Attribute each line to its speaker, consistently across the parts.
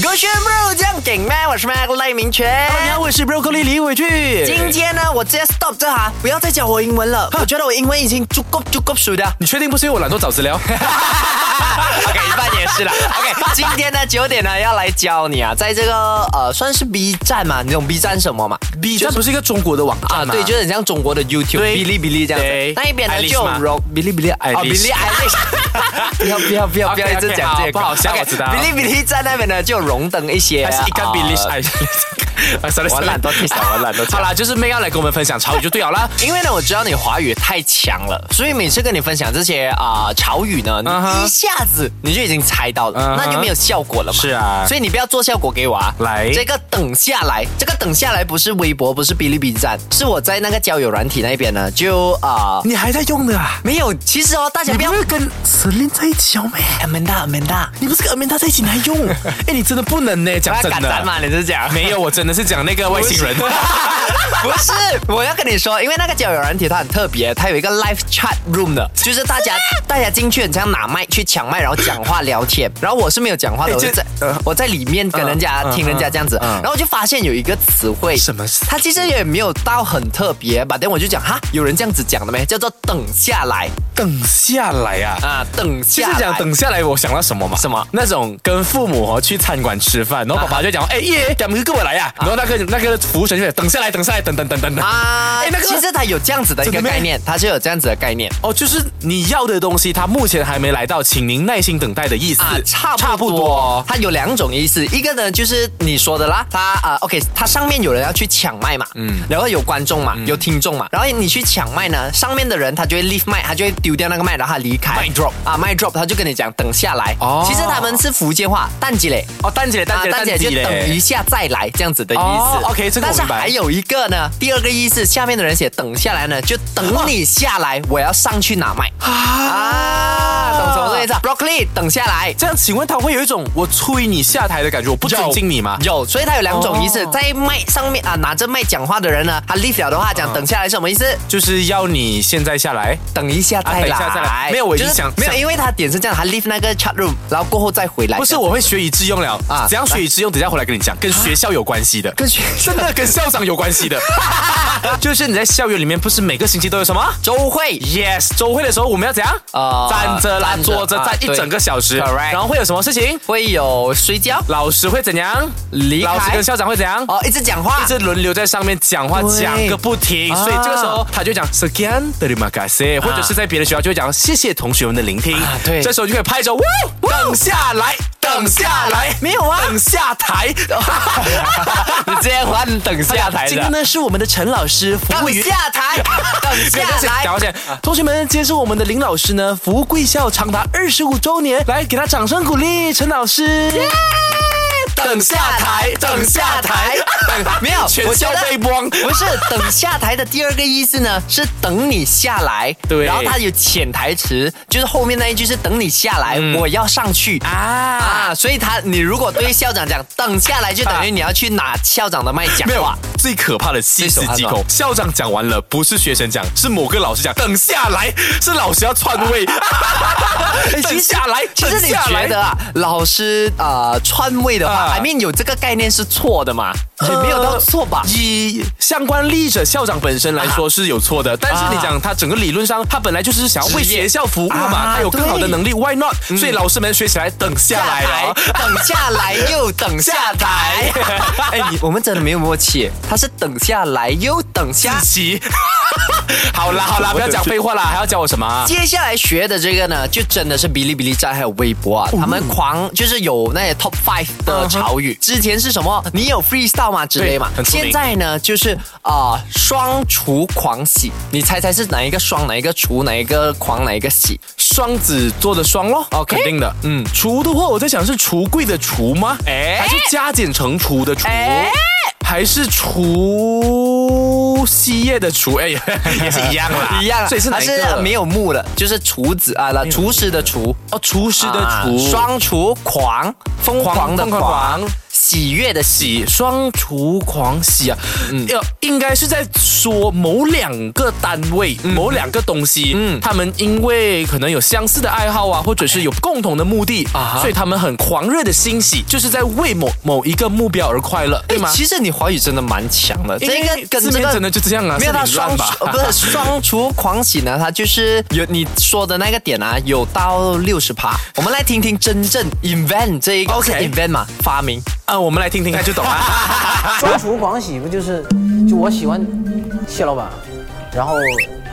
Speaker 1: 歌炫 bro 酱顶麦，我是麦克赖明全。
Speaker 2: 大家好，我是 Broccoli 李伟
Speaker 1: 今
Speaker 2: 俊。
Speaker 1: 天呢，我直接 stop 这哈，不要再教我英文了。我觉得我英文已经足够足够熟的。
Speaker 2: 你确定不是因为我懒惰找资 料？
Speaker 1: OK，一半也是 啦。OK，今天呢九点呢要来教你啊，在这个呃算是 B 站嘛，你懂 B 站什么嘛
Speaker 2: B 站不是一个中国的网
Speaker 1: 啊，
Speaker 2: 站吗？
Speaker 1: 对，就是很像中国的 YouTube、
Speaker 2: 对
Speaker 1: 哔哩哔哩这样
Speaker 2: 对
Speaker 1: 子。那一边呢
Speaker 2: Alice
Speaker 1: 就
Speaker 2: 嘛
Speaker 1: 有容
Speaker 2: 哔哩哔哩爱
Speaker 1: 哦，比利艾丽莎，不要不要不 要不要
Speaker 2: OK，OK，
Speaker 1: 一直讲这
Speaker 2: 好
Speaker 1: 个，
Speaker 2: 不好笑我知道啊
Speaker 1: 比利比利在那边呢就有荣登一些，
Speaker 2: 还是一个
Speaker 1: 呃
Speaker 2: 比利爱丽 ？sorry，
Speaker 1: 我懒惰踢手我懒惰踢手
Speaker 2: 啊好啦，就是 May 要来跟我们分享潮语就对了啦。
Speaker 1: 因为呢，我知道你华语太强了，所以每次跟你分享这些啊、潮语呢，
Speaker 2: 嗯哼
Speaker 1: 你一下子你就已经猜到了
Speaker 2: 嗯哼
Speaker 1: 那你就没有效果了嘛。
Speaker 2: 是啊
Speaker 1: 所以你不要做效果给我啊。
Speaker 2: 来
Speaker 1: 这个等下来，这个等下来不是微博，不是哔哩哔哩站，是我在那个交友软体那边呢，就啊、
Speaker 2: 你还在用的 啊？
Speaker 1: 没有。其实哦，大家不要。
Speaker 2: 跟 Selin 在一起哦，妹？
Speaker 1: 阿门大，阿门大，
Speaker 2: 你不是跟 Amanda 在一起，你还用？ 哎，你真的不能呢，讲
Speaker 1: 我要
Speaker 2: 真
Speaker 1: 赶咱
Speaker 2: 的。啊
Speaker 1: 嘛，你是讲？
Speaker 2: 没有，我真的是讲那个外星人。
Speaker 1: 不是，我要跟你说，因为那个交友软体它很特别，它有一个 live chat room 的，就是大家大家进去，很像拿麦去抢麦，然后讲话聊天。然后我是没有讲话的，
Speaker 2: 哎
Speaker 1: 我
Speaker 2: 这
Speaker 1: 就在、
Speaker 2: 呃
Speaker 1: 我在里面跟人家、
Speaker 2: 嗯嗯
Speaker 1: 听人家这样子，
Speaker 2: 嗯
Speaker 1: 然后我就发现有一个词汇，
Speaker 2: 什么词
Speaker 1: 它其实也没有到很特别吧，但我就讲哈，有人这样子讲的没？叫做等下来
Speaker 2: 等下来啊。
Speaker 1: 啊，等
Speaker 2: 就
Speaker 1: 下
Speaker 2: 是
Speaker 1: 来。
Speaker 2: 讲等下来，我想到什么嘛？
Speaker 1: 什么啊
Speaker 2: 那种跟父母哦去餐馆吃饭，然后爸爸就讲，哎耶，咱们跟我来呀。然后那个那个服务生就讲等下来，等下来，等等等等等。
Speaker 1: 啊
Speaker 2: 哎，那个
Speaker 1: 其实它有这样子的一
Speaker 2: 真
Speaker 1: 个
Speaker 2: 的咩
Speaker 1: 概念，它就有这样子的概念。
Speaker 2: 哦，就是你要的东西，它目前还没来到，请您耐心等待的意思。
Speaker 1: 啊，差不多，
Speaker 2: 哦
Speaker 1: 它有两种意思，一个呢就是你说的啦，它啊、呃 OK，它上面有人要去抢麦嘛，嗯，然后有观众嘛，有听众嘛，然后你去抢麦呢，上面的人他就会 leave 麦，他就会丢掉那个麦，然后他离开。
Speaker 2: 麦 drop
Speaker 1: 啊，麦 drop，他就跟你讲等下来。
Speaker 2: 哦
Speaker 1: 其实他们是福建话，蛋鸡嘞。
Speaker 2: 哦，蛋姐，蛋姐，
Speaker 1: 蛋姐就
Speaker 2: 嘞
Speaker 1: 等一下再来这样子的意思。
Speaker 2: 哦，OK，这个我
Speaker 1: 但是
Speaker 2: 明白
Speaker 1: 还有一个呢，第二个意思，下面的人写等下来呢，就等你下来，我要上去拿麦啊，懂什么意思啊？Broccoli，等下来，
Speaker 2: 这样，请问他会有一种我催你下台的感觉，我不尊敬你吗？
Speaker 1: 啊有，所以它有两种意思，
Speaker 2: 哦
Speaker 1: 在麦上面啊拿着麦讲话的人呢，他 leave 了的话讲等下来是什么意思？
Speaker 2: 就是要你现在下来。
Speaker 1: 等一下再
Speaker 2: 啊等一
Speaker 1: 来，
Speaker 2: 下再来没有我已经
Speaker 1: 就是
Speaker 2: 想
Speaker 1: 没有，
Speaker 2: 想
Speaker 1: 因为他点是这样，他 leave 那个 chat room，然后过后再回来。
Speaker 2: 不是，
Speaker 1: 这样
Speaker 2: 我会学以致用了
Speaker 1: 哎啊
Speaker 2: 啊！怎样学以致用？等一下回来跟你讲，跟学校有关系的，
Speaker 1: 跟学
Speaker 2: 真的跟校长有关 系的。就是你在校园里面，不是每个星期都有什么
Speaker 1: 周慧
Speaker 2: Yes 周会的时候，我们要怎样？
Speaker 1: 呃
Speaker 2: 站着啦，
Speaker 1: 站着
Speaker 2: 坐着
Speaker 1: 啊
Speaker 2: 站一
Speaker 1: 对
Speaker 2: 整个小时，
Speaker 1: Correct
Speaker 2: 然后会有什么事情？
Speaker 1: 会有睡觉
Speaker 2: 老师会怎样？
Speaker 1: 离开
Speaker 2: 老师跟校长会怎样？
Speaker 1: 哦，一直讲话
Speaker 2: 一。直轮流在上面讲话，
Speaker 1: 对
Speaker 2: 讲个不停，
Speaker 1: 啊
Speaker 2: 所以这个时候他就讲 s g a n terima kasih，或者是在别的学校就会讲谢谢同学们的聆听
Speaker 1: 啊，对
Speaker 2: 这时候就可以拍手，哇，等下来，等下来，
Speaker 1: 没有啊
Speaker 2: 等下台，
Speaker 1: 你直接换等下台
Speaker 2: 今天
Speaker 1: 的，啊
Speaker 2: 呢是我们的陈老师服务
Speaker 1: 等
Speaker 2: 于。
Speaker 1: 下台，等下来
Speaker 2: 讲。到这，同学们，接着我们的林老师呢，服务贵校长达二十五周年，来给他掌声鼓励，陈老师。
Speaker 1: 等下台，等下台， 等没有，
Speaker 2: 全
Speaker 1: 我觉
Speaker 2: 校
Speaker 1: 得
Speaker 2: 被光
Speaker 1: 不是等下台的第二个意思呢，是等你下来。
Speaker 2: 对
Speaker 1: 然后它有潜台词，就是后面那一句是等你下来，我要上去啊。
Speaker 2: 啊！
Speaker 1: 所以他，你如果对校长讲等下来，就等于你要去拿校长的麦讲
Speaker 2: 没有啊
Speaker 1: 话。，
Speaker 2: 最可怕的细思
Speaker 1: 最
Speaker 2: 极
Speaker 1: 可怕
Speaker 2: 恐。校长讲完了，不是学生讲，是某个老师讲。等下来，是老师要篡位。 等下来，
Speaker 1: 其实
Speaker 2: 等
Speaker 1: 你
Speaker 2: 下来
Speaker 1: 觉得啊，老师呃篡位的话
Speaker 2: 啊呃
Speaker 1: ，I mean 有这个概念是错的嘛？也没有到错吧？
Speaker 2: 以相关立着校长本身来说是有错的，但是你讲他整个理论上，他本来就是想要为
Speaker 1: 职业
Speaker 2: 学校服务
Speaker 1: 啊
Speaker 2: 嘛，他有更好的
Speaker 1: 对
Speaker 2: 能力，Why not？所以老师们学起来，等嗯下来啊。
Speaker 1: 等下来又等下台。哎，你我们真的没有默契，他是等下来又等下
Speaker 2: 自。习。 好啦好啦，不要讲废话啦，还要教我什么啊？
Speaker 1: 接下来学的这个呢，就真的是哔哩哔哩站还有微博啊，他们狂就是有那些 top five 的潮语。之前是什么？你有 freestyle 吗之类嘛
Speaker 2: 对？很出名
Speaker 1: 现在呢就是啊、呃双厨狂喜，你猜猜是哪一个双，哪一个厨，哪一个狂，哪一个喜？
Speaker 2: 双子座的双咯，哦，肯定的，嗯。厨的话，我在想是橱柜的橱吗？哎，还是加减乘除的除？
Speaker 1: 哎
Speaker 2: 还是除夕夜的除？哎， 也 是一样啦，
Speaker 1: 一样啊，
Speaker 2: 所以是哪
Speaker 1: 它
Speaker 2: 一
Speaker 1: 是
Speaker 2: 个？
Speaker 1: 没有木的，就是厨子啊，那厨师的厨。
Speaker 2: 哦，厨师的
Speaker 1: 啊
Speaker 2: 厨，
Speaker 1: 双厨狂，疯狂的
Speaker 2: 狂疯
Speaker 1: 狂
Speaker 2: 狂狂，
Speaker 1: 喜悦的喜，
Speaker 2: 喜双厨狂喜啊，
Speaker 1: 嗯
Speaker 2: 要、应该是在说某两个单位、
Speaker 1: 嗯
Speaker 2: 某两个东西，嗯，他们因为可能有相似的爱好啊，或者是有共同的目的
Speaker 1: 啊哈
Speaker 2: 所以他们很狂热的欣喜，就是在为某某一个目标而快乐，对吗
Speaker 1: 哎诶？其实你华语真的蛮强的，这个跟
Speaker 2: 字
Speaker 1: 这
Speaker 2: 面
Speaker 1: 个
Speaker 2: 真的就这样啊，
Speaker 1: 没有
Speaker 2: 是
Speaker 1: 他
Speaker 2: 你
Speaker 1: 双
Speaker 2: 乱吧
Speaker 1: 厨 呃不是双厨狂喜呢，他就是有你说的那个点啊，有到六十趴。我们来听听真正 invent 这一个
Speaker 2: OK
Speaker 1: 是 invent 嘛，发明。
Speaker 2: 啊，我们来听听看就懂了。
Speaker 3: 双厨狂喜不就是，就我喜欢谢老板，然后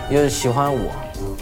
Speaker 3: 又喜欢我，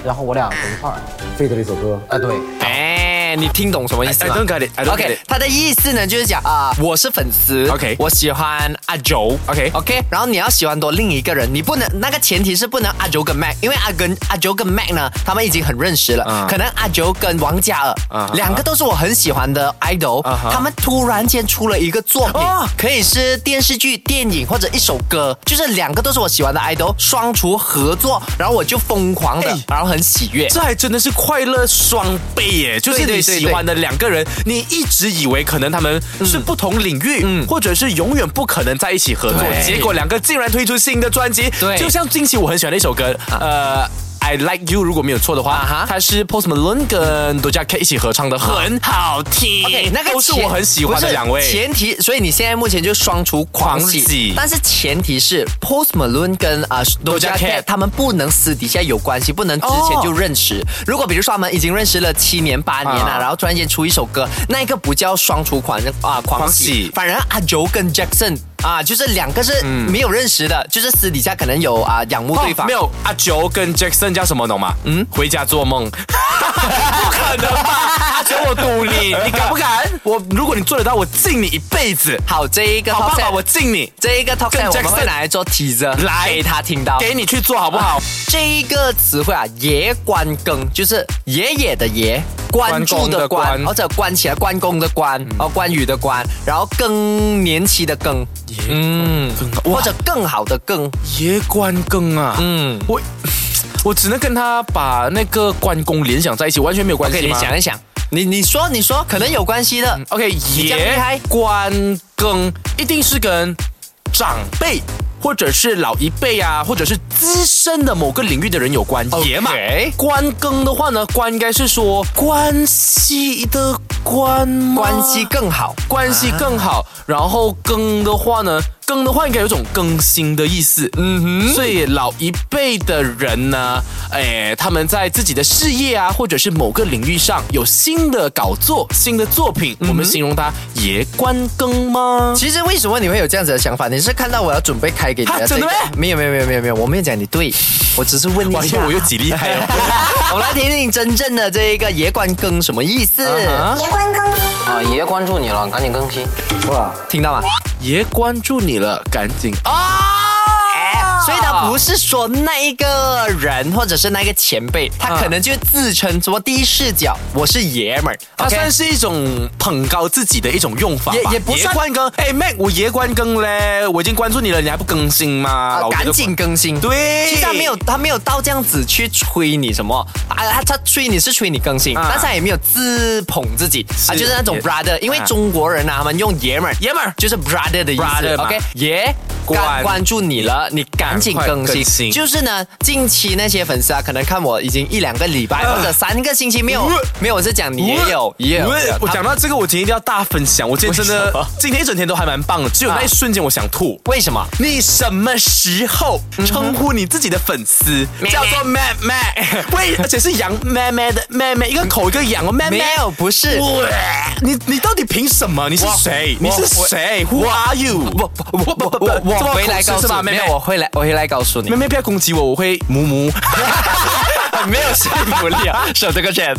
Speaker 3: 然后我俩在一块儿。
Speaker 4: 费的那首歌。
Speaker 3: 啊，对，
Speaker 1: 哎，你听懂什么意思
Speaker 2: I
Speaker 1: 吗
Speaker 2: don't get it. I don't get
Speaker 1: OK，
Speaker 2: it.
Speaker 1: 他的意思呢就是讲啊、我是粉丝
Speaker 2: OK
Speaker 1: 我喜欢阿九
Speaker 2: OK
Speaker 1: OK，然后你要喜欢多另一个人，你不能那个前提是不能阿九跟 Mac，因为阿跟阿九跟 Mac 呢，他们已经很认识了，
Speaker 2: 嗯
Speaker 1: 可能阿九跟王嘉尔、
Speaker 2: 嗯
Speaker 1: 两个都是我很喜欢的 idol，、
Speaker 2: 嗯哼
Speaker 1: 他们突然间出了一个作品，
Speaker 2: 哦
Speaker 1: 可以是电视剧、电影或者一首歌，就是两个都是我喜欢的 idol 双厨合作，然后我就疯狂的，
Speaker 2: 哎
Speaker 1: 然后很喜悦。
Speaker 2: 这还真的是快乐双倍耶！就是
Speaker 1: 对对
Speaker 2: 你
Speaker 1: 对
Speaker 2: 喜欢的两个人，你一直以为可能他们是不同领域，或者是永远不可能在一起合作，
Speaker 1: 嗯对
Speaker 2: 结果两个竟然推出新的专辑。
Speaker 1: 对
Speaker 2: 就像近期我很喜欢的一首歌，呃。I like you，如果没有错的话
Speaker 1: 啊哈啊
Speaker 2: 它是 Post Malone 跟 Doja Cat 一起合唱的，很好听。
Speaker 1: OK，那个
Speaker 2: 都是
Speaker 1: 前
Speaker 2: 我很喜欢
Speaker 1: 不
Speaker 2: 的
Speaker 1: 是
Speaker 2: 两位。
Speaker 1: 前提，所以你现在目前就双厨狂喜，
Speaker 2: 狂喜
Speaker 1: 但是前提是 Post Malone 跟啊 Doja
Speaker 2: Doja
Speaker 1: Cat
Speaker 2: Cat
Speaker 1: 他们不能私底下有关系，不能之前就认识。如果比如说他们已经认识了七年八年了、
Speaker 2: 哦啊
Speaker 1: 然后突然间出一首歌，那个不叫双厨狂啊狂
Speaker 2: 狂
Speaker 1: 喜
Speaker 2: 喜，
Speaker 1: 反而阿 Joe 跟 Jackson 啊，就是两个是没有认识的，就是私底下可能有啊仰慕
Speaker 2: 哦
Speaker 1: 对方。
Speaker 2: 没有阿九跟 Jackson 叫什么懂吗？嗯，回家 做梦。不可能吧？阿九，我赌你，你敢不敢？我如果你做得到，我敬你一辈子。
Speaker 1: 好，这一个 talk
Speaker 2: 好爸爸，
Speaker 1: set，
Speaker 2: 我敬你，
Speaker 1: 这一个 talk
Speaker 2: 跟
Speaker 1: set 我们
Speaker 2: Jackson
Speaker 1: 会拿来做 teaser，
Speaker 2: 来
Speaker 1: 给他听到。
Speaker 2: 给你去做好不好？
Speaker 1: 这一个词汇啊，爷关更就是爷爷的爷，关注的关，
Speaker 2: 关公的关
Speaker 1: 或者关起来关公的关，哦、关羽的关，然后更年期的更，
Speaker 2: 嗯，
Speaker 1: 或者更好的更，
Speaker 2: 爷关更啊，嗯，我我只能跟他把那个关公联想在一起，完全没有关
Speaker 1: 给
Speaker 2: 系
Speaker 1: 你
Speaker 2: 吗
Speaker 1: 想一想，你你说你说可能有关系的，
Speaker 2: ？OK，
Speaker 1: 这样厉害
Speaker 2: 爷关更一定是跟长辈。或者是老一辈啊，或者是资深的某个领域的人有关。
Speaker 1: 哦
Speaker 2: 爷嘛
Speaker 1: OK，
Speaker 2: 关更的话呢，关应该是说关系的关吗，
Speaker 1: 关系更好。
Speaker 2: 关系更好。然后更的话呢，更的话应该有种更新的意思。嗯哼，所以老一辈的人呢，哎，他们在自己的事业啊，或者是某个领域上有新的搞作、新的作品，
Speaker 1: 嗯
Speaker 2: 我们形容它爷关更 吗？
Speaker 1: 其实为什么你会有这样子的想法？你是看到我要准备开给你的
Speaker 2: 哈
Speaker 1: 这
Speaker 2: 真
Speaker 1: 个
Speaker 2: 的咩？
Speaker 1: 没有没有没有没有没有，我没有讲你对，我只是问一
Speaker 2: 哇，
Speaker 1: 下
Speaker 2: 又。我又几厉害哦！
Speaker 1: 我们来听听真正的这一个爷关更什么意思
Speaker 5: 别关更。
Speaker 3: 啊，爷关注你了，赶紧更新。
Speaker 1: 听到吗？
Speaker 2: 爷关注你了，赶紧
Speaker 1: 哦
Speaker 2: 啊！
Speaker 1: 所以他不是说那一个人或者是那个前辈，他可能就自称什么第一视角，我是爷们儿
Speaker 2: 它
Speaker 1: ，OK。
Speaker 2: 算是一种捧高自己的一种用法吧，
Speaker 1: 也也不
Speaker 2: 爷
Speaker 1: 算
Speaker 2: 关更。哎，Mac，我爷关更嘞，我已经关注你了，你还不更新吗？
Speaker 1: 啊
Speaker 2: 老爷的
Speaker 1: 赶紧更新。
Speaker 2: 对
Speaker 1: 其实他没有，他没有到这样子去吹你什么啊，他他吹你是吹你更新，
Speaker 2: 啊
Speaker 1: 但是他也没有自捧自己啊，就是那种
Speaker 2: 也
Speaker 1: brother，因为
Speaker 2: 啊
Speaker 1: 中国人啊，他们用爷们儿，
Speaker 2: 爷们儿
Speaker 1: 就是 brother 的意思。
Speaker 2: brother 嘛
Speaker 1: OK，爷
Speaker 2: 关
Speaker 1: 关关注你了，你赶紧
Speaker 2: 赶快
Speaker 1: 更新
Speaker 2: 更。新
Speaker 1: 就是呢，近期那些粉丝啊，可能看我已经一两个礼拜或者三个星期没有
Speaker 2: 呃
Speaker 1: 没有，我是讲你也有也有啊
Speaker 2: 我，我讲到这个，我今天一定要大分享。我今天真
Speaker 1: 为
Speaker 2: 的
Speaker 1: 什么，
Speaker 2: 今天一整天都还蛮棒的，只有那一瞬间我想吐。
Speaker 1: 为什么？
Speaker 2: 你什么时候称呼你自己的粉丝
Speaker 1: 妹妹
Speaker 2: 叫做妹妹？喂，而且是羊妹妹的妹妹，一个口一个羊哦，妹妹。
Speaker 1: 没有，不是。
Speaker 2: 喂，你你到底凭什么？你是
Speaker 1: 我
Speaker 2: 谁？
Speaker 1: 我
Speaker 2: 你是谁？Who are you？不不不不
Speaker 1: 我我
Speaker 2: 这么
Speaker 1: 回来
Speaker 2: 口试
Speaker 1: 告诉
Speaker 2: 是吧，
Speaker 1: 你，
Speaker 2: 妹
Speaker 1: 没
Speaker 2: 妹
Speaker 1: 有，我回来我回来告诉你
Speaker 2: 妹。妹不要攻击我，我会母母。
Speaker 1: 没有说服力啊，守这个圈。